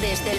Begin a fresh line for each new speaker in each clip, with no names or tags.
Desde el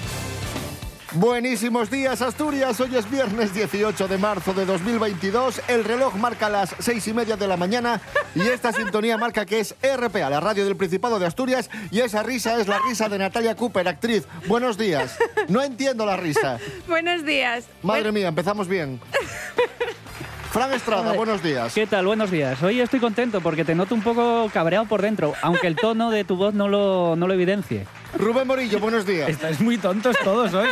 Buenísimos días, Asturias. Hoy es viernes 18 de marzo de 2022. El reloj marca las seis y media de la mañana y esta sintonía marca que es RPA, la radio del Principado de Asturias. Y esa risa es la risa de Natalia Cooper, actriz. Buenos días. No entiendo la risa.
Buenos días.
Madre mía, empezamos bien. Fran Estrada, buenos días.
¿Qué tal? Buenos días. Hoy estoy contento porque te noto un poco cabreado por dentro, aunque el tono de tu voz no lo, no lo evidencie.
Rubén Morillo, buenos días.
Este,
Estáis muy tontos todos hoy.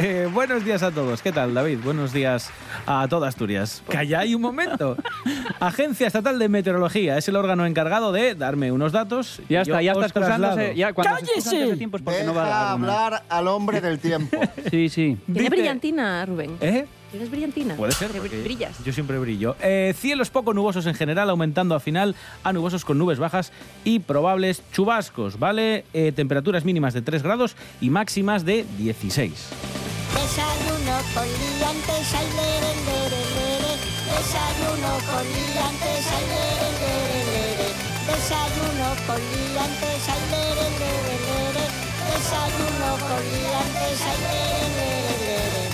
Eh, buenos días a todos. ¿Qué tal, David? Buenos días a toda Asturias. Calla hay un momento. Agencia Estatal de Meteorología es el órgano encargado de darme unos datos.
Ya está,
Yo
ya está
os
excusándose.
traslado.
Ya, cuando se
¡Cállese!
excusa antes de tiempo es porque
Deja
no va a dar una.
hablar al hombre del tiempo.
Sí, sí.
Tiene
Dice-
brillantina, Rubén.
¿Eh?
¿Tienes brillantina?
Puede ser.
Te br-
porque
Brillas.
Yo siempre brillo. Eh, cielos poco nubosos en general, aumentando al final a nubosos con nubes bajas y probables chubascos, ¿vale? Eh, temperaturas mínimas de 3 grados y máximas de 16.
Desayuno con liantes, ay, lere, lere, lere. Desayuno con liantes, ay, lere, lere, lere. Desayuno con liantes, ay, lere, lere, lere. Desayuno con liantes, ay, lere, lere, lere.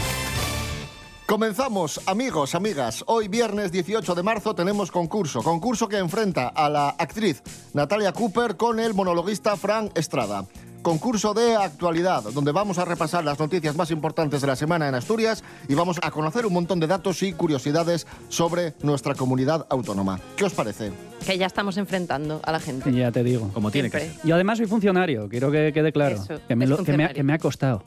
Comenzamos, amigos, amigas. Hoy viernes 18 de marzo tenemos concurso. Concurso que enfrenta a la actriz Natalia Cooper con el monologuista Fran Estrada. Concurso de actualidad, donde vamos a repasar las noticias más importantes de la semana en Asturias y vamos a conocer un montón de datos y curiosidades sobre nuestra comunidad autónoma. ¿Qué os parece?
Que ya estamos enfrentando a la gente.
Ya te digo.
Como tiene que
Siempre.
ser.
Yo además soy funcionario, quiero que quede claro.
Eso,
que, me
es
lo- que me ha,
funcionario.
que me ha costado.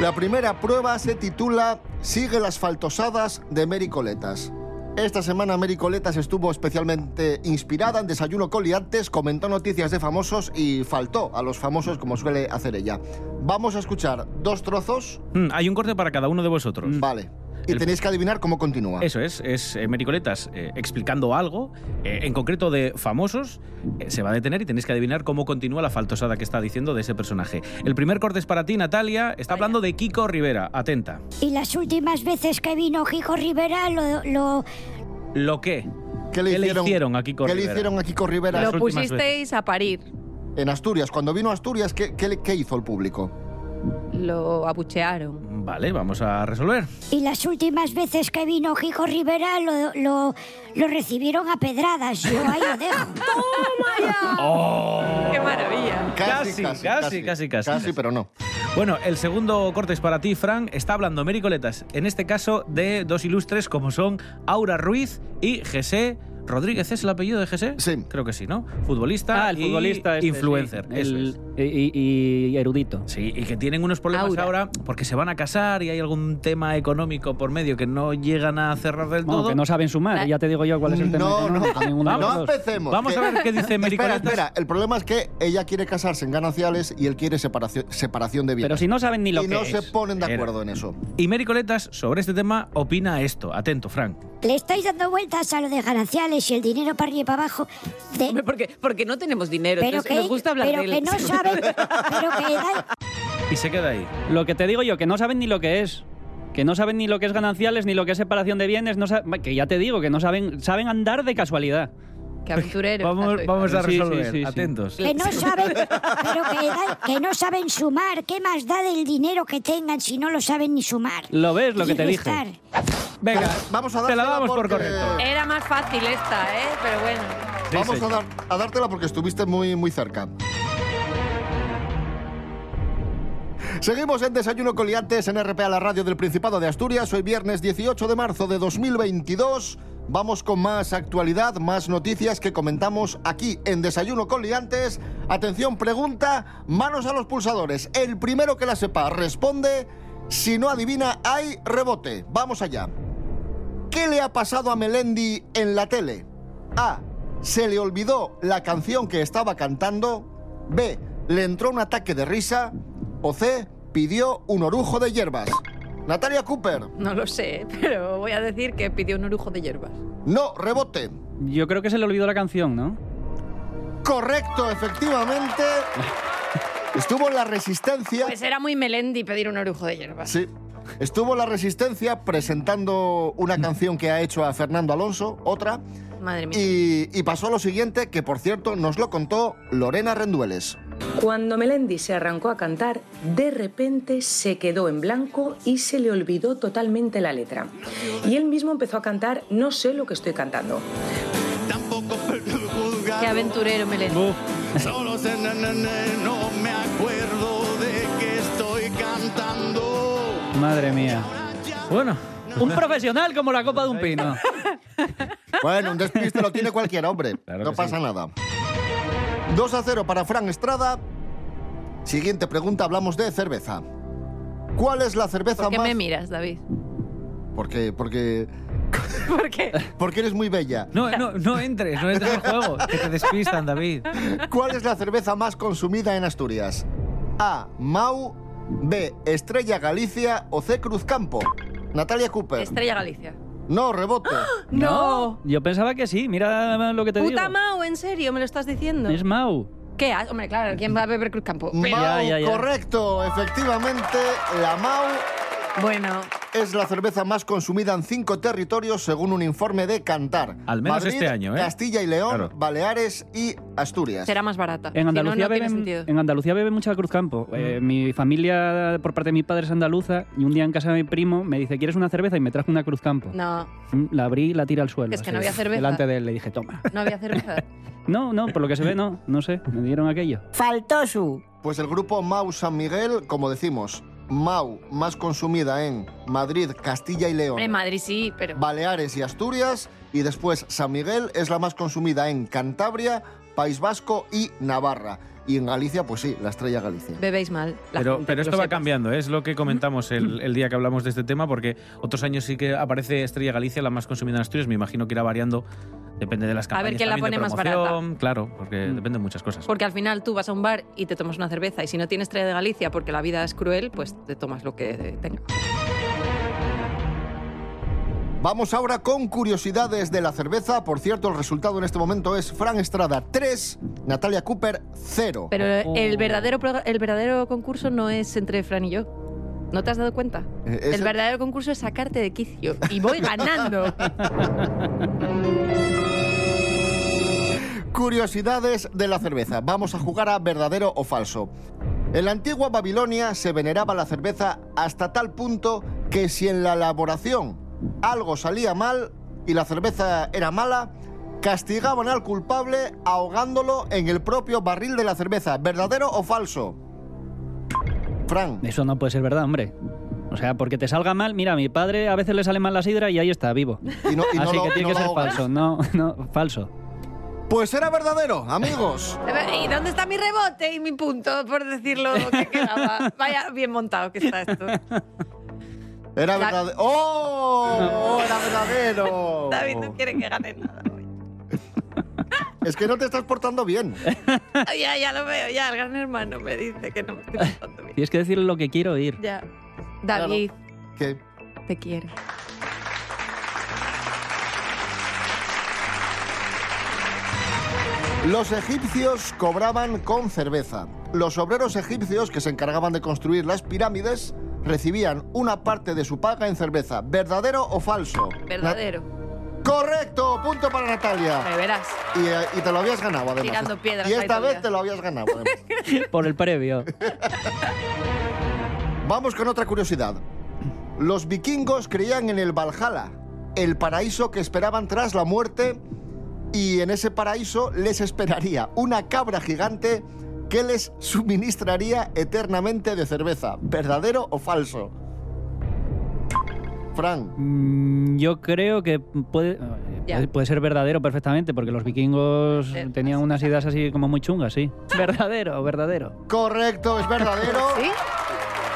La primera prueba se titula Sigue las faltosadas de Mary Coletas. Esta semana Mary Coletas estuvo especialmente inspirada en Desayuno con Liantes, comentó noticias de famosos y faltó a los famosos como suele hacer ella. Vamos a escuchar dos trozos,
Mm, hay un corte para cada uno de vosotros.
vale, y
Mm. El-
tenéis que adivinar cómo continúa.
Eso es, es eh, Mary Coletas eh, explicando algo, eh, en concreto de famosos, eh, se va a detener y tenéis que adivinar cómo continúa la faltosada que está diciendo de ese personaje. El primer corte es para ti, Natalia, está hablando de Kiko Rivera, atenta.
Y las últimas veces que vino Kiko Rivera lo, lo
¿Lo qué?
¿Qué
¿Qué le hicieron a Kiko
qué le
Rivera?
hicieron a Kiko Rivera
Las
Lo
últimas
pusisteis a parir.
en Asturias? Cuando vino a Asturias, ¿qué, qué le- qué hizo el público?
Lo abuchearon.
Vale, vamos a resolver.
y las últimas veces que vino Kiko Rivera lo, lo, lo recibieron a pedradas. Yo ahí lo dejo.
¡Qué maravilla!
casi,
Casi, casi, casi, casi.
Casi, pero no.
Bueno, el segundo corte es para ti, Fran, está hablando Mary Coletas, en este caso de dos ilustres como son Aura Ruiz y José... Rodríguez es el apellido de José?
Sí.
Creo que sí, ¿no? Futbolista
Ah, el
y
futbolista este,
influencer.
sí.
eso
El-
es.
y, y- y erudito.
Sí, y que tienen unos problemas
Aura.
ahora porque se van a casar y hay algún tema económico por medio que no llegan a cerrar del
Bueno,
todo.
que no saben sumar,
Ah.
ya te digo yo cuál es el tema.
No,
económico,
no.
ninguno de los
No
dos.
empecemos.
Vamos
que-
a ver qué dice Mary
Espera,
Coletas.
espera. El problema es que ella quiere casarse en gananciales y él quiere separación, separación de bienes.
Pero si no saben ni lo
y
que
no
es.
se ponen de
Era.
acuerdo en eso.
Y Mary Coletas, sobre este tema, opina esto. Atento, Frank.
Le estáis dando vueltas a lo de gananciales y el dinero para arriba y para abajo. de-
Hombre, porque, porque no tenemos dinero,
pero
entonces
que,
nos gusta hablar
pero
de
que
él.
no saben, pero que da-
Y se queda ahí.
Lo que te digo yo, que no saben ni lo que es. Que no saben ni lo que es gananciales, ni lo que es separación de bienes, no sa- que ya te digo, que no saben, saben andar de casualidad.
¡Qué aventurero!
Vamos,
Estoy.
vamos a
Sí, sí,
resolver.
sí, sí.
Atentos.
que no saben, pero que, da- que no saben sumar. ¿Qué más da del dinero que tengan si no lo saben ni sumar?
Lo ves, lo
Y
que te dije.
restar.
Venga,
Vamos a
Te la
dársela
damos por
porque-
correcto.
Era más fácil esta, ¿eh? Pero bueno.
Sí,
Vamos a,
señor.
dar- a dártela porque estuviste muy, muy cerca. Seguimos en Desayuno con Liantes en RPA, la radio del Principado de Asturias. Hoy viernes 18 de marzo de 2022. Vamos con más actualidad, más noticias que comentamos aquí en Desayuno con Liantes. Atención, pregunta, manos a los pulsadores. El primero que la sepa responde. Si no adivina, hay rebote. Vamos allá. ¿Qué le ha pasado a Melendi en la tele? A. Se le olvidó la canción que estaba cantando. B. Le entró un ataque de risa. O C. Pidió un orujo de hierbas. Natalia Cooper.
No lo sé, ¿eh? pero voy a decir que pidió un orujo de hierbas.
No, rebote.
Yo creo que se le olvidó la canción, ¿no?
Correcto, efectivamente. Estuvo en la resistencia.
Pues era muy melendi pedir un orujo de hierbas.
Sí. Estuvo en la resistencia presentando una canción que ha hecho a Fernando Alonso, otra.
Madre mía.
Y, y pasó lo siguiente, que por cierto nos lo contó Lorena Rendueles.
Cuando Melendi se arrancó a cantar, de repente se quedó en blanco y se le olvidó totalmente la letra. Y él mismo empezó a cantar No sé lo que estoy cantando.
Tampoco
Qué aventurero Melendi.
Buf.
Solo sé, na, na, na, no me acuerdo de que estoy cantando.
Madre mía.
Bueno,
Un profesional como la copa de un pino.
Bueno, un despiste lo tiene cualquier hombre.
Claro
no
que
pasa nada. 2 a 0 para Fran Estrada. Siguiente pregunta, hablamos de cerveza. ¿Cuál es la cerveza
¿Por qué
más...?
me miras, David?
Porque, porque,
¿Por qué?
porque eres muy bella.
no, no, no entres, no entres en juego, que te despistan, David.
¿Cuál es la cerveza más consumida en Asturias? A. Mau. B. Estrella Galicia. O C. Cruzcampo. Natalia Cooper.
Estrella Galicia.
No, rebote.
¡Ah! ¡No!
Yo pensaba que sí, mira lo que te
Puta
digo.
Mau, ¿en serio? ¿Me lo estás diciendo?
Es Mau.
¿Qué? ha- Hombre, claro, ¿quién va a beber Cruz Campo?
Mau,
Ya, ya, ya.
correcto. Efectivamente, la Mau
Bueno,
es la cerveza más consumida en cinco territorios según un informe de Cantar.
Al menos
Madrid,
este año, ¿eh?
Castilla y León,
Claro.
Baleares y Asturias.
será más barata.
En Andalucía,
si no, no tiene
beben,
sentido. Mm.
en Andalucía beben mucha cruzcampo. Eh, mi familia, por parte de mi padre, es andaluza. Y un día en casa de mi primo me dice: ¿Quieres una cerveza? Y me trajo una cruzcampo.
No,
Mm, La abrí y la tiré al suelo.
Es que
así,
no había cerveza.
Delante de él le dije: Toma.
no había cerveza.
No, no, por lo que se ve, no. No sé. Me dieron aquello.
Faltó su.
Pues el grupo Mau San Miguel, como decimos, Mau más consumida en Madrid, Castilla y León.
Hombre, en Madrid sí, pero...
Baleares y Asturias, y después San Miguel es la más consumida en Cantabria, País Vasco y Navarra. Y en Galicia, pues sí, la estrella Galicia.
Bebéis mal. la
Pero,
gente,
pero
que
esto
lo
va
sepas.
cambiando, ¿eh? es lo que comentamos el, el día que hablamos de este tema, porque otros años sí que aparece Estrella Galicia, la más consumida en Asturias, me imagino que irá variando, depende de las
A
campañas.
ver quién la
también de
pone más Mm.
promoción, Claro, porque depende de muchas cosas.
Porque al final tú vas a un bar y te tomas una cerveza y si no tienes Estrella de Galicia porque la vida es cruel, pues te tomas lo que eh, tenga.
Vamos ahora con curiosidades de la cerveza. Por cierto, el resultado en este momento es Fran Estrada 3, Natalia Cooper 0.
Pero
Oh.
el, verdadero proga- el verdadero concurso no es entre Fran y yo. ¿No te has dado cuenta?
Eh, es
El
el-
verdadero concurso es sacarte de quicio. Y voy ganando.
Curiosidades de la cerveza. Vamos a jugar a verdadero o falso. En la antigua Babilonia se veneraba la cerveza hasta tal punto que si en la elaboración algo salía mal y la cerveza era mala, castigaban al culpable ahogándolo en el propio barril de la cerveza. ¿Verdadero o falso? Fran,
Eso no puede ser verdad, hombre. O sea, porque te salga mal. Mira, a mi padre a veces le sale mal la sidra y ahí está, vivo.
y no, y no
Así
lo-
que
y
tiene
no
que
lo
ser
ahogas.
falso. No, no, falso.
Pues era verdadero, amigos.
¿Y dónde está mi rebote y mi punto, por decirlo que quedaba? Vaya, bien montado que está esto.
Era
La-
verdadero. ¡Oh! ¡Era verdadero!
David
Oh.
no quiere que gane nada. hoy.
Es que no te estás portando bien.
Ah, Ya, ya lo veo, ya el gran hermano me dice que no me estoy portando bien.
Tienes que decir lo que quiero oír.
Ya. David,
Que
te quiero.
Los egipcios cobraban con cerveza. Los obreros egipcios que se encargaban de construir las pirámides recibían una parte de su paga en cerveza. ¿Verdadero o falso?
Verdadero.
Na- Correcto, punto para Natalia.
Me verás.
Y, eh, y te lo habías ganado además.
Tirando piedras
y
ahí
esta
todavía.
vez te lo habías ganado. además.
Por el previo.
Vamos con otra curiosidad. Los vikingos creían en el Valhalla, el paraíso que esperaban tras la muerte, y en ese paraíso les esperaría una cabra gigante que les suministraría eternamente de cerveza. ¿Verdadero o falso? Fran,
Mm, Yo creo que puede,
Ya.
puede- puede ser verdadero perfectamente, porque los vikingos
Eh,
tenían unas ideas así como muy chungas, sí. Verdadero, verdadero.
correcto, es verdadero.
¿Sí?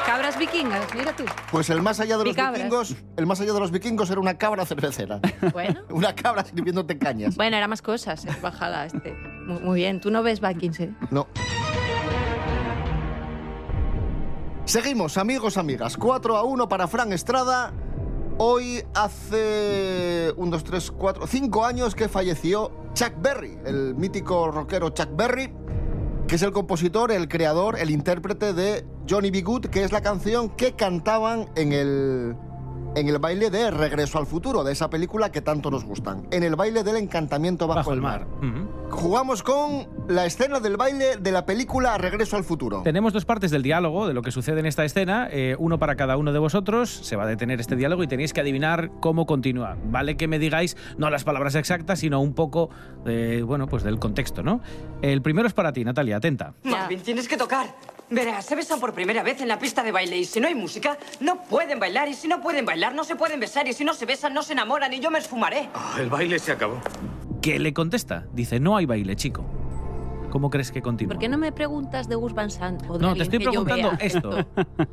Cabras vikingas, mira tú.
Pues el más allá de los
Picabras.
vikingos, el más allá de los vikingos era una cabra cervecera,
Bueno.
una cabra sirviéndote cañas.
Bueno, era más cosas, eh, bajala este. Muy, muy bien, tú no ves Vikings, ¿eh?
No. Seguimos, amigos, amigas. 4 a 1 para Fran Estrada. Hoy hace 1, 2, 3, 4, 5 años que falleció Chuck Berry, el mítico rockero Chuck Berry. que es el compositor, el creador, el intérprete de Johnny B. Good, que es la canción que cantaban en el, en el baile de Regreso al Futuro, de esa película que tanto nos gustan. En el baile del encantamiento bajo, el mar.
Ujú.
Jugamos con la escena del baile de la película Regreso al Futuro.
Tenemos dos partes del diálogo, de lo que sucede en esta escena, eh, uno para cada uno de vosotros, se va a detener este diálogo y tenéis que adivinar cómo continúa. Vale que me digáis no las palabras exactas, sino un poco, eh, bueno, pues del contexto, ¿no? El primero es para ti, Natalia, atenta.
Marvin, tienes que tocar. Verás, se besan por primera vez en la pista de baile y si no hay música, no pueden bailar y si no pueden bailar, no se pueden besar y si no se besan, no se enamoran y yo me esfumaré.
El baile se acabó.
¿Qué le contesta? Dice, no hay baile, chico. ¿Cómo crees que continúa?
¿Por qué no me preguntas de Gus Van Sant? o de
No,
alguien
te estoy
que yo
preguntando
vea?
esto.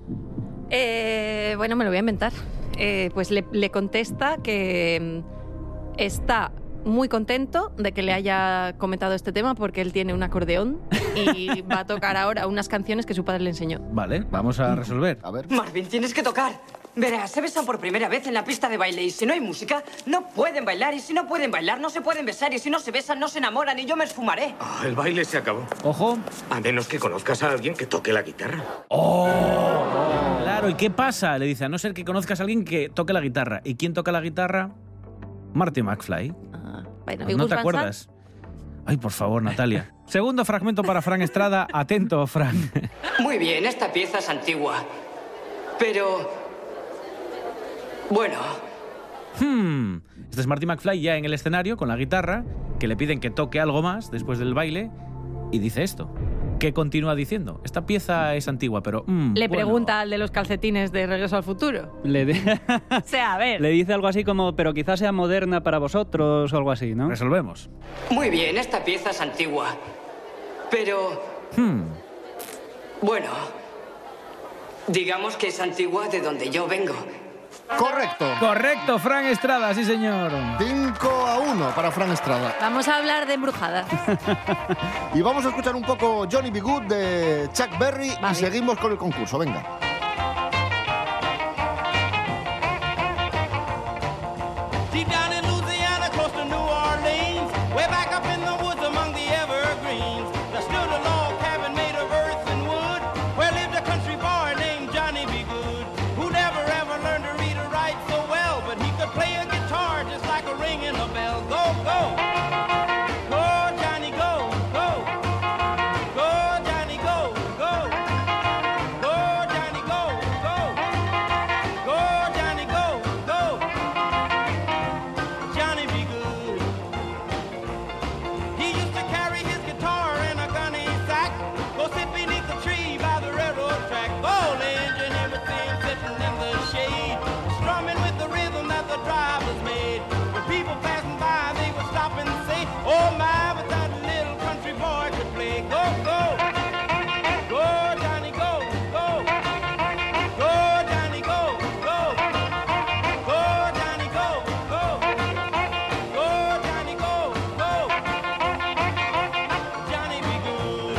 Eh, bueno, me lo voy a inventar. Eh, pues le, le contesta que mm, está muy contento de que le haya comentado este tema porque él tiene un acordeón y va a tocar ahora unas canciones que su padre le enseñó.
Vale, vamos a resolver.
A ver.
Marvin, tienes que tocar. Verás, se besan por primera vez en la pista de baile y si no hay música, no pueden bailar y si no pueden bailar, no se pueden besar y si no se besan, no se enamoran y yo me esfumaré.
Ah, El baile se acabó.
Ojo.
A menos que conozcas a alguien que toque la guitarra.
Claro, ¿y qué pasa? Le dice, a no ser que conozcas a alguien que toque la guitarra. ¿Y quién toca la guitarra? Marty McFly.
Ah, bueno, ¿y Gus
Pues ¿No te
Van Sant?
acuerdas? Ay, por favor, Natalia. Segundo fragmento para Fran Estrada. Atento, Fran.
Muy bien, esta pieza es antigua. Pero... Bueno,
Hmm. Este es Marty McFly ya en el escenario con la guitarra, que le piden que toque algo más después del baile, y dice esto. ¿Qué continúa diciendo? Esta pieza es antigua, pero... mm,
Le
bueno.
pregunta al de los calcetines de Regreso al Futuro.
Le, de-
O sea, a ver.
le dice algo así como, pero quizás sea moderna para vosotros o algo así, ¿no?
Resolvemos.
muy bien, esta pieza es antigua. Pero...
Hmm.
Bueno, digamos que es antigua de donde yo vengo.
Correcto.
Correcto, Fran Estrada, sí señor.
5 a 1 para Fran Estrada.
Vamos a hablar de embrujadas.
Y vamos a escuchar un poco Johnny B. Good de Chuck Berry y seguimos con el concurso. Venga.
Deep down in Louisiana, close to New Orleans, way back up in the woods among the evergreens, there stood a log cabin made of earth and wood, where lived a country boy named Johnny B. Good, who never ever learned to read or write so well, but he could play a guitar just like a ring in a bell. Go, go, go, Johnny, go, go, go, Johnny, go, go, go, Johnny, go, go, go, Johnny, go, go. Johnny be good. He used to carry his guitar in a gunny sack. Go sit beneath the tree by the railroad track. Bowling and everything sitting in the shade. Strumming with the rhythm that the drivers made. When people passing by, they would stop and say, Oh my, but that little country boy could play. Go, go. Go, Johnny, go, go. Go, Johnny, go, go. Go, Johnny, go, go. Go, Johnny, go, go. Johnny, be good.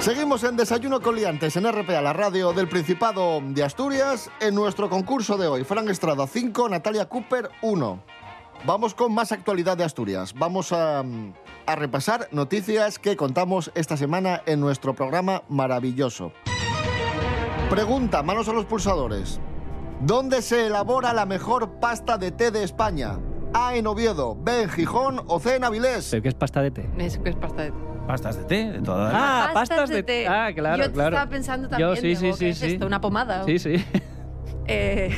Seguimos en Desayuno con Liantes en RPA, la radio del Principado de Asturias, en nuestro concurso de hoy. Fran Estrada 5, Natalia Cooper 1. Vamos con más actualidad de Asturias. Vamos a, mm, a repasar noticias que contamos esta semana en nuestro programa maravilloso. Pregunta, manos a los pulsadores. ¿Dónde se elabora la mejor pasta de té de España? A en Oviedo, B en Gijón o C en Avilés.
Pero que es pasta de té.
Eso que es pasta de...
Pastas de té, de toda
Ah,
Pastas de té.
Ah, claro,
Yo
claro.
estaba pensando
Yo
también,
sí, sí,
digo,
sí,
¿qué es
sí.
esto? ¿Una pomada?
Sí, sí.
Eh,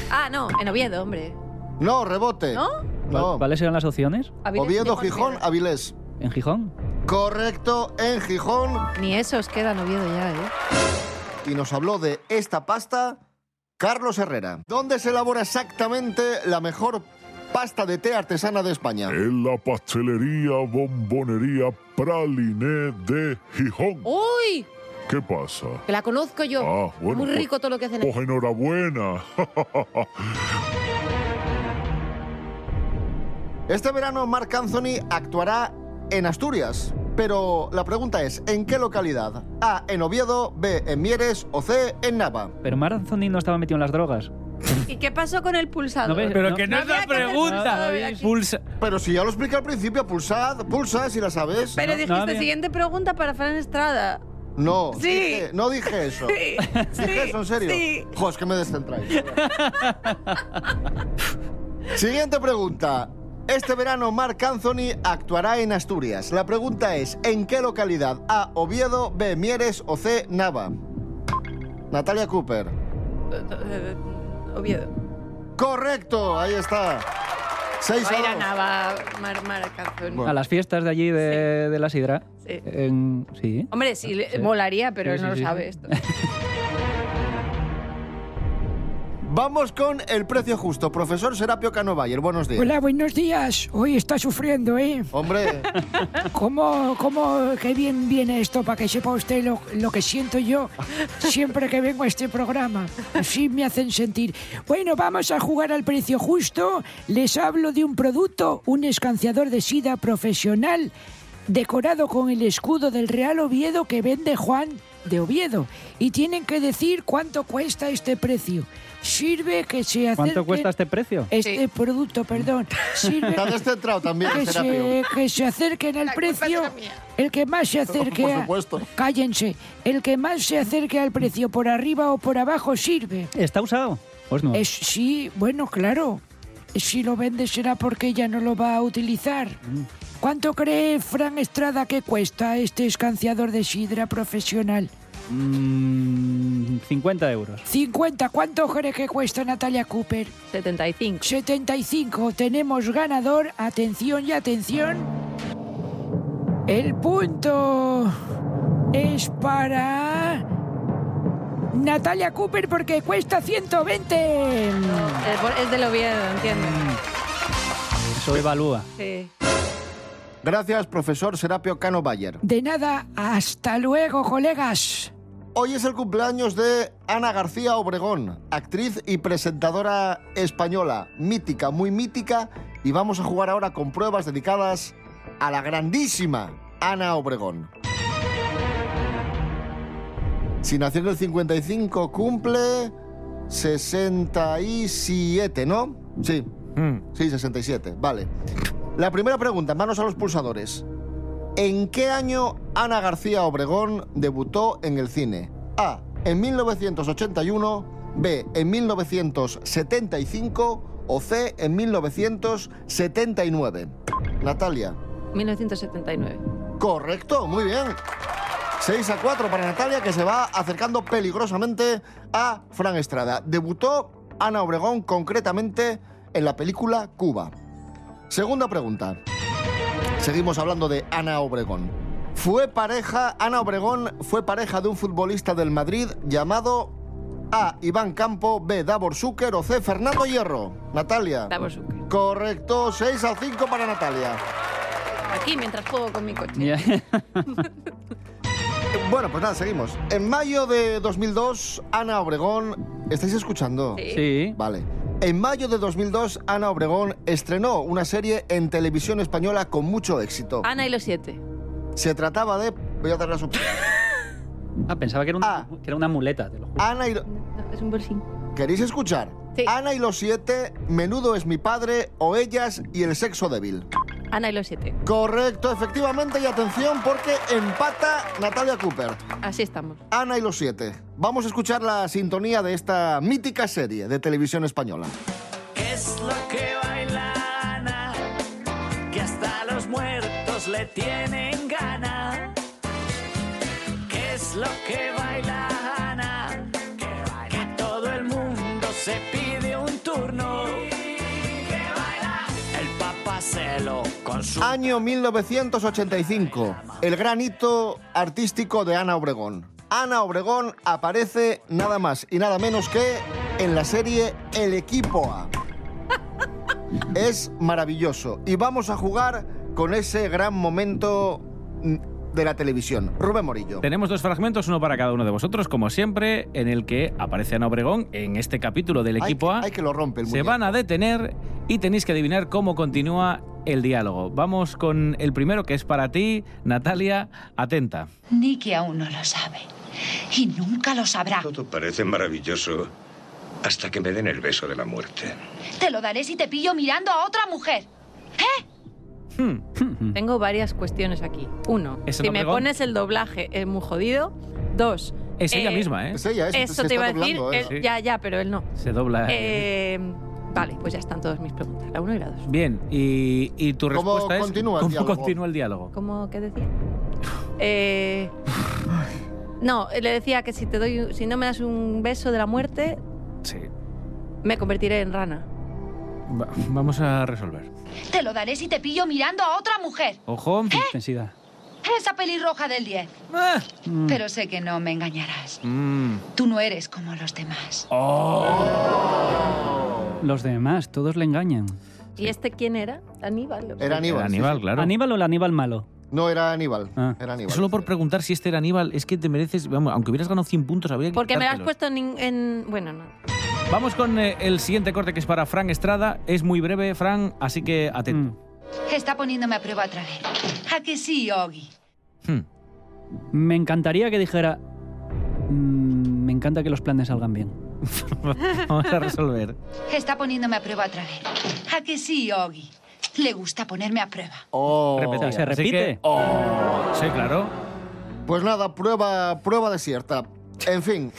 Ah, no, en Oviedo, hombre.
No, rebote.
¿No?
No.
¿Cuáles eran las opciones?
Avilés
Oviedo,
de
Gijón,
Pontevedra.
Avilés.
¿En Gijón?
Correcto, en Gijón.
Ni esos quedan Oviedo ya, ¿eh?
Y nos habló de esta pasta Carlos Herrera. ¿Dónde se elabora exactamente la mejor pasta de té artesana de España?
En la pastelería bombonería Praliné de Gijón.
¡Uy!
¿Qué pasa?
Que la conozco yo.
Ah, bueno,
Muy
pues-
rico todo lo que hacen ahí.
Pues enhorabuena.
Este verano Marc Anthony actuará en Asturias. Pero la pregunta es, ¿en qué localidad? A, en Oviedo, B, en Mieres o C, en Nava.
Pero Mar Anthony no estaba metido en las drogas.
¿Y qué pasó con el pulsador?
No ves, pero que no es
Había
la
que hacer
pregunta.
pulsador aquí.
Pulsa.
Pero si ya lo expliqué al principio, pulsad, pulsa si la sabes.
Pero dijiste, siguiente pregunta para Fran Estrada.
No,
Sí.
dije- no dije eso.
Sí,
¿Dije eso en serio?
sí.
Jo, es que me descentráis. Siguiente pregunta. Este verano Marc Anthony actuará en Asturias. La pregunta es, ¿en qué localidad? A, Oviedo, B, Mieres o C, Nava. Natalia Cooper.
Eh, Oviedo.
Correcto, ahí está. Seis
Va a ir
a
a
dos.
Nava, Mar, Mar Canzoni.
A las fiestas de allí de, de la Sidra.
Sí.
En- sí.
Hombre, sí, le-
Sí.
molaría, pero
Sí,
no
sí,
lo
sí,
sabe
sí.
esto.
Vamos con el precio justo. Profesor Serapio Canovayer, buenos días.
Hola, buenos días. Hoy está sufriendo, ¿eh?
Hombre,
¿Cómo, cómo, qué bien viene esto para que sepa usted lo, lo que siento yo siempre que vengo a este programa? Así me hacen sentir. Bueno, vamos a jugar al precio justo. Les hablo de un producto, un escanciador de sida profesional decorado con el escudo del Real Oviedo que vende Juan de Oviedo. Y tienen que decir cuánto cuesta este precio. Sirve que se acerquen...
¿Cuánto cuesta este precio?
Este producto, perdón. Sirve
está descentrado también,
que
Serapio.
se, que se acerquen al precio. El que más se acerque
Por
a-
supuesto.
Cállense. El que más se acerque al precio por arriba o por abajo sirve.
¿Está usado? Pues no.
Es, sí, bueno, claro. Si lo vende será porque ya no lo va a utilizar.
Mm.
¿Cuánto cree Fran Estrada que cuesta este escanciador de sidra profesional?
Mm, 50 euros.
50. ¿Cuánto cree que cuesta Natalia Cooper?
75.
75. Tenemos ganador. Atención y atención. El punto es para Natalia Cooper porque cuesta 120.
Mm.
Eh, por- Es del Oviedo, entiendo.
Eso evalúa.
Sí.
Gracias, profesor Serapio Canovayer.
De nada, hasta luego, colegas.
Hoy es el cumpleaños de Ana García Obregón, actriz y presentadora española, mítica, muy mítica, y vamos a jugar ahora con pruebas dedicadas a la grandísima Ana Obregón. Si nació en el 55, cumple 67, ¿no? Sí. Sí, 67, vale. La primera pregunta, manos a los pulsadores. ¿En qué año Ana García Obregón debutó en el cine? A. En 1981, B. En 1975 o C. En 1979. Natalia.
1979.
Correcto, muy bien. 6 a 4 para Natalia que se va acercando peligrosamente a Fran Estrada. Debutó Ana Obregón concretamente en la película Cuba. Segunda pregunta. Seguimos hablando de Ana Obregón. Fue pareja, Ana Obregón fue pareja de un futbolista del Madrid llamado A. Iván Campo, B. Davor Zucker o C. Fernando Hierro. Natalia.
Davor Zucker.
Correcto, 6 a 5 para Natalia.
Aquí, mientras juego con mi coche.
Bueno, pues nada, seguimos. En mayo de 2002, Ana Obregón... ¿Estáis escuchando?
Sí.
Vale. En mayo de 2002, Ana Obregón estrenó una serie en televisión española con mucho éxito.
Ana y los siete.
Se trataba de... Voy a dar las opciones.
Ah, pensaba que era una, que era una muleta. te lo juro.
Ana y... lo-
Es un bolsín.
¿Queréis escuchar? Ana y los siete, Menudo es mi padre, o ellas y el sexo débil.
Ana y los siete.
Correcto, efectivamente, y atención porque empata Natalia Cooper.
Así estamos.
Ana y los siete. Vamos a escuchar la sintonía de esta mítica serie de televisión española.
Es lo que baila Ana, que hasta los muertos le tienen gana. ¿Qué es lo que baila Ana? Que todo el mundo se pide un turno. El papá se lo consume.
Año 1985, el gran hito artístico de Ana Obregón. Ana Obregón aparece nada más y nada menos que en la serie El Equipo A. Es maravilloso y vamos a jugar con ese gran momento mm, de la televisión. Rubén Morillo.
Tenemos dos fragmentos, uno para cada uno de vosotros, como siempre, en el que aparece Ana Obregón en este capítulo del
Hay
equipo
que-
A.
hay que lo rompe el
Se
muñeco.
van a detener y tenéis que adivinar cómo continúa el diálogo. Vamos con el primero que es para ti, Natalia, atenta.
Nicky aún no lo sabe. Y nunca lo sabrá.
Todo parece maravilloso hasta que me den el beso de la muerte.
Te lo daré si te pillo mirando a otra mujer. ¿Eh?
Hmm.
Tengo varias cuestiones aquí. Uno,
Ese
si
no
me
pegó.
pones el doblaje es muy jodido. Dos,
Es ella misma, ¿eh? Es ella, es-
Eso
se
te iba a
está
decir.
doblando, ¿eh?
él-
Sí.
Ya, ya, pero él no.
Se dobla.
Eh, vale, pues ya están todas mis preguntas, la uno y la dos.
Bien, y, y tu
¿Cómo
respuesta es
continúa el
¿cómo
diálogo?
continúa el diálogo?
¿Cómo qué decía? Eh, no, le decía que si te doy, si no me das un beso de la muerte,
Sí.
me convertiré en rana.
Va- vamos a resolver.
Te lo daré si te pillo mirando a otra mujer.
Ojo, intensidad.
Esa pelirroja del 10.
Ah,
Pero sé que no me engañarás.
Mm.
Tú no eres como los demás.
Los demás, todos le engañan.
¿Y este quién era? Aníbal. o sea,
Era Aníbal.
Era Aníbal, claro.
¿Aníbal o el Aníbal malo?
No, era Aníbal. Era Aníbal.
Solo por preguntar si este era Aníbal, es que te mereces, vamos, aunque hubieras ganado 100 puntos, habría que
Porque me lo has
quitártelos.
puesto en, en- Bueno, no.
Vamos con eh, el siguiente corte que es para Fran Estrada. Es muy breve, Fran, así que atento.
Mm. Está poniéndome a prueba otra vez. ¿A que sí, Oggy?
Hmm.
Me encantaría que dijera. "Mm, me encanta que los planes salgan bien.
Vamos a resolver.
Está poniéndome a prueba otra vez. ¿A que sí, Oggy? Le gusta ponerme a prueba.
Repetido.
¿Se
Así
repite?
que- Oh, sí, claro.
Pues nada, prueba, prueba desierta. En fin,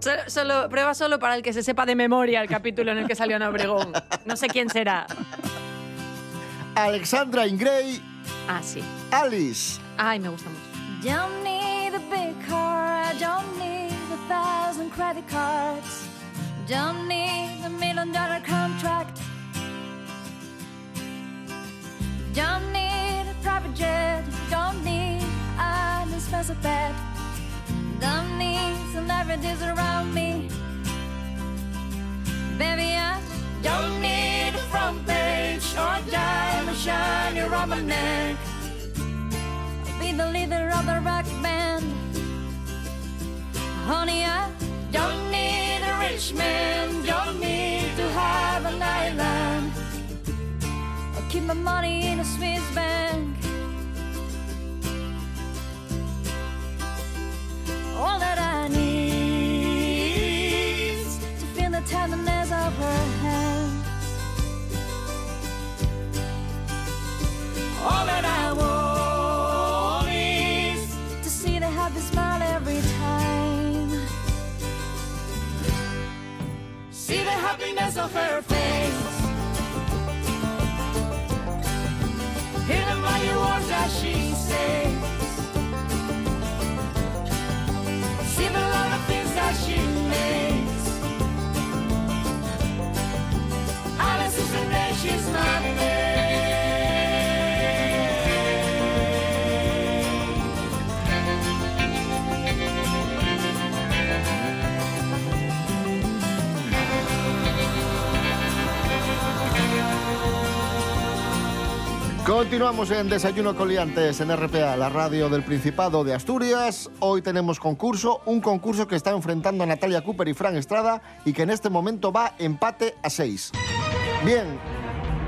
Solo, solo- prueba solo para el que se sepa de memoria el capítulo en el que salió Ana Obregón. No sé quién será.
Alexandra Ingray,
Ah, sí.
Alice.
Ay, me gusta mucho.
Don't need a big car, I don't need a thousand credit cards. Don't need a million dollar contract. Don't need a private jet, don't need an expensive bed. Don't need celebrities around me. Baby, I don't need a front page or a diamond shiny around my neck be the leader of the rock band. Honey, I don't need a rich man, don't need to have an island. I keep my money in a Swiss bank. All that I need is to feel the tenderness of her hand. All that I want is to see the happy smile every time. See the happiness of her face. Hear the mighty words that she says. See the lot of things that she makes. Alice is the day she's my
Continuamos en Desayuno con Liantes en RPA, la radio del Principado de Asturias. Hoy tenemos concurso, un concurso que está enfrentando a Natalia Cooper y Fran Estrada y que en este momento va empate a seis. Bien,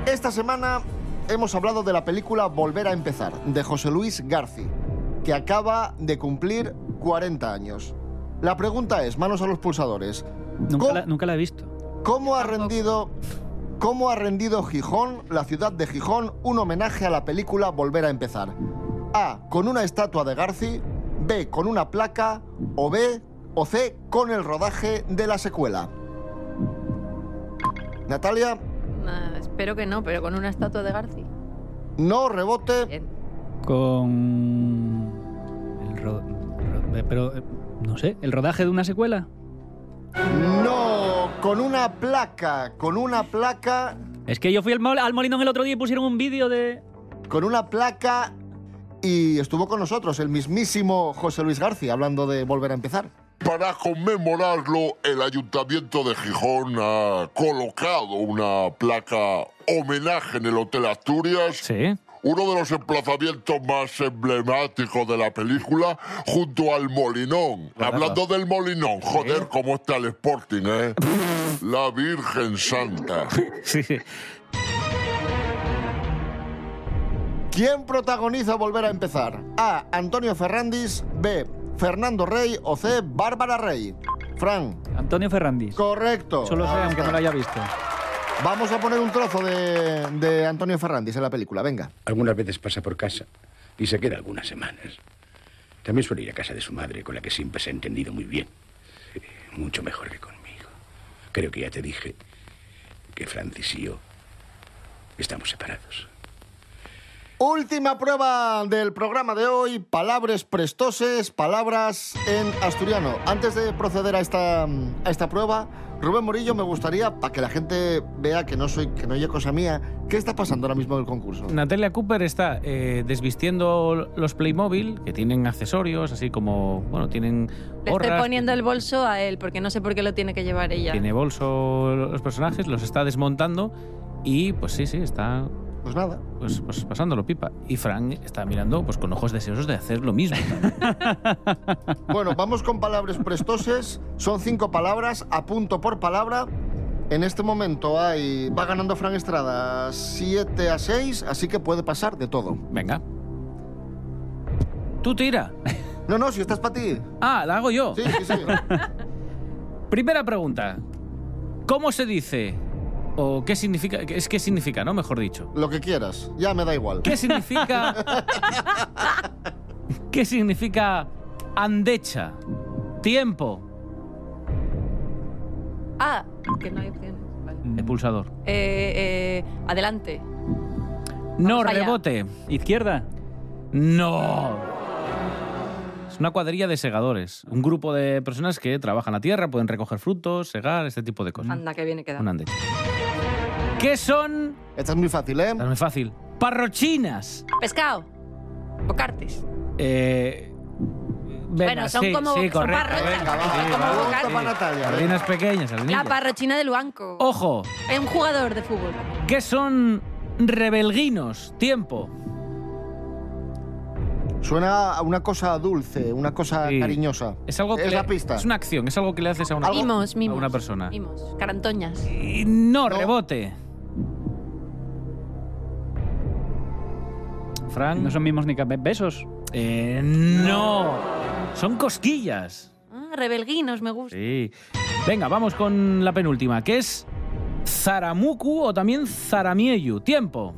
esta semana hemos hablado de la película Volver a empezar, de José Luis Garci, que acaba de cumplir 40 años. La pregunta es, manos a los pulsadores,
Nunca la, nunca la he visto.
¿Cómo ha rendido cómo ha rendido Gijón, la ciudad de Gijón, un homenaje a la película Volver a empezar? A, con una estatua de Garci, B, con una placa o B o C con el rodaje de la secuela. Natalia,
Ah, espero que no, pero con una estatua de Garci.
no rebote.
Con. el ro- ro- eh, pero. eh, No sé, ¿el rodaje de una secuela?
No, con una placa, con una placa,
Es que yo fui al, mol- al Molinón el otro día y pusieron un vídeo de.
con una placa y estuvo con nosotros el mismísimo José Luis Garci hablando de Volver a empezar.
Para conmemorarlo, el Ayuntamiento de Gijón ha colocado una placa homenaje en el Hotel Asturias. Uno de los emplazamientos más emblemáticos de la película, junto al Molinón. Hablando del Molinón, joder, cómo está el Sporting, ¿eh? la Virgen Santa.
Sí, sí.
¿Quién protagoniza Volver a empezar? A. Antonio Ferrandis. B. Fernando Rey. O C. Bárbara Rey. Fran.
Antonio Ferrandis.
Correcto.
Solo sé,
Ahí
aunque
está.
no lo haya visto.
Vamos a poner un trozo de, de Antonio Ferrandis en la película, venga.
Algunas veces pasa por casa y se queda algunas semanas. También suele ir a casa de su madre, con la que siempre se ha entendido muy bien. Eh, Mucho mejor que conmigo. Creo que ya te dije que Francis y yo estamos separados.
Última prueba del programa de hoy, palabras prestoses, palabras en asturiano. Antes de proceder a esta, a esta prueba, Rubén Morillo, me gustaría, para que la gente vea que no soy, que no oye cosa mía, ¿qué está pasando ahora mismo en el concurso?
Natalia Cooper está eh, desvistiendo los Playmobil, que tienen accesorios, así como, bueno, tienen
Le estoy
gorras,
poniendo el bolso a él, porque no sé por qué lo tiene que llevar ella.
tiene bolso los personajes, los está desmontando y pues sí, sí, está...
Pues nada.
Pues, pues pasándolo pipa. Y Frank está mirando pues con ojos deseosos de hacer lo mismo.
Bueno, vamos con palabras prestoses. Son cinco palabras, a punto por palabra. En este momento hay, va ganando Fran Estrada 7 a 6, así que puede pasar de todo.
Venga. Tú tira.
No, no, si estás para ti.
Ah, la hago yo.
Sí, sí, sí.
Primera pregunta. ¿Cómo se dice? ¿O qué significa? Es que significa, ¿no? Mejor dicho.
Lo que quieras, ya me da igual.
¿Qué significa? ¿Qué significa andecha? Tiempo.
Ah, que no hay opciones. Vale.
El pulsador.
Eh, eh, adelante.
No,
allá.
rebote.
¿Izquierda?
No. Es una cuadrilla de segadores. Un grupo de personas que trabajan la tierra, pueden recoger frutos, segar, este tipo de cosas.
Anda, que viene queda.
Un andecha. ¿Qué son?
Esta es muy fácil, ¿eh?
Es muy fácil. Parrochinas.
Pescado. Bocartes.
Eh, venga,
Bueno, son
sí,
como- son
sí, correcto.
parrochas,
Venga, va,
son
sí,
como
va.
bocatas.
Sí.
¿eh?
Sardinas pequeñas,
La
sardinillas.
parrochina del banco.
Ojo,
Es un jugador de fútbol.
¿qué son rebelguinos? Tiempo.
Suena a una cosa dulce, una cosa
Sí.
cariñosa.
Es algo que
Es
le-
la pista.
Es una acción, es algo que le haces a una,
Algo- Mimos, mimos.
a una persona.
Vimos. Carantoñas.
Y no, rebote. Frank.
No son mimos ni ca- besos.
Eh, no. Son cosquillas.
Ah, rebelguinos, me gusta.
Sí. Venga, vamos con la penúltima, que es Zaramuku o también Zaramieyu. Tiempo.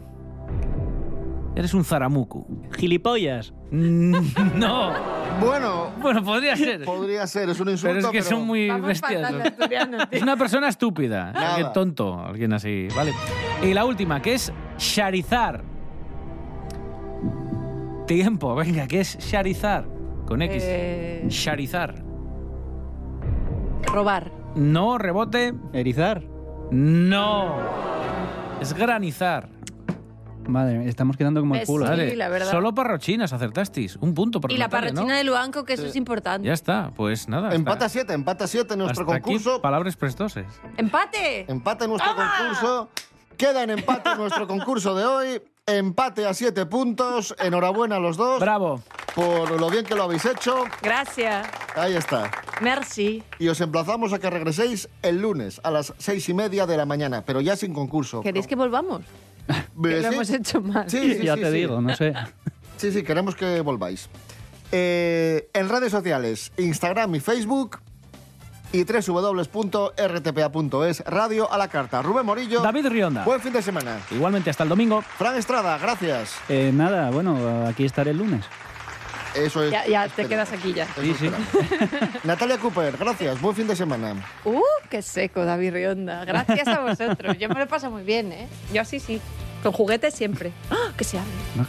Eres un Zaramuku.
Gilipollas.
No.
Bueno,
Bueno, podría ser.
podría ser, es un insulto.
Pero es que son muy bestias. los- Es una persona estúpida. ¿eh?
Nada.
Alguien tonto, alguien así. Vale. Y la última, que es Charizar. Tiempo, venga, que es Charizar. Con X.
Eh,
Charizar.
robar.
No, rebote.
Erizar.
No. Es granizar.
Madre mía, estamos quedando como el
Pues
culo.
sí, la verdad.
Solo parrochinas acertasteis. Un punto por
Y la
Natalia, ¿no?
parrochina de Luanco, que eso es importante.
Ya está, pues nada. hasta-
Empata 7, empata 7 en nuestro
hasta aquí,
concurso.
palabras prestoses. Em-
¡Empate!
Empate en nuestro concurso. Queda en empate nuestro concurso de hoy. Empate a 7 puntos. Enhorabuena a los dos
Bravo.
por lo bien que lo habéis hecho.
Gracias.
Ahí está.
Merci.
Y os emplazamos a que regreséis el lunes a las seis y media de la mañana, pero ya sin concurso.
¿Queréis que volvamos?
Eh,
Que
sí.
lo hemos hecho mal.
Sí, sí,
ya
sí,
te
sí.
digo, no sé.
Sí, sí, queremos que volváis. Eh, en redes sociales, Instagram y Facebook y www.rtpa.es, radio a la carta. Rubén Morillo.
David Rionda.
Buen fin de semana.
Igualmente, hasta el domingo.
Fran Estrada, gracias.
Eh, nada, bueno, aquí estaré el lunes.
Eso es.
Ya, ya te
espera.
quedas aquí ya.
Eso esperamos. Natalia Cooper, gracias. Buen fin de semana.
¡Uh, qué seco, David Rionda! Gracias a vosotros. Yo me lo paso muy bien, ¿eh? Yo sí, sí. Con juguetes siempre. ¡Ah, que se abre!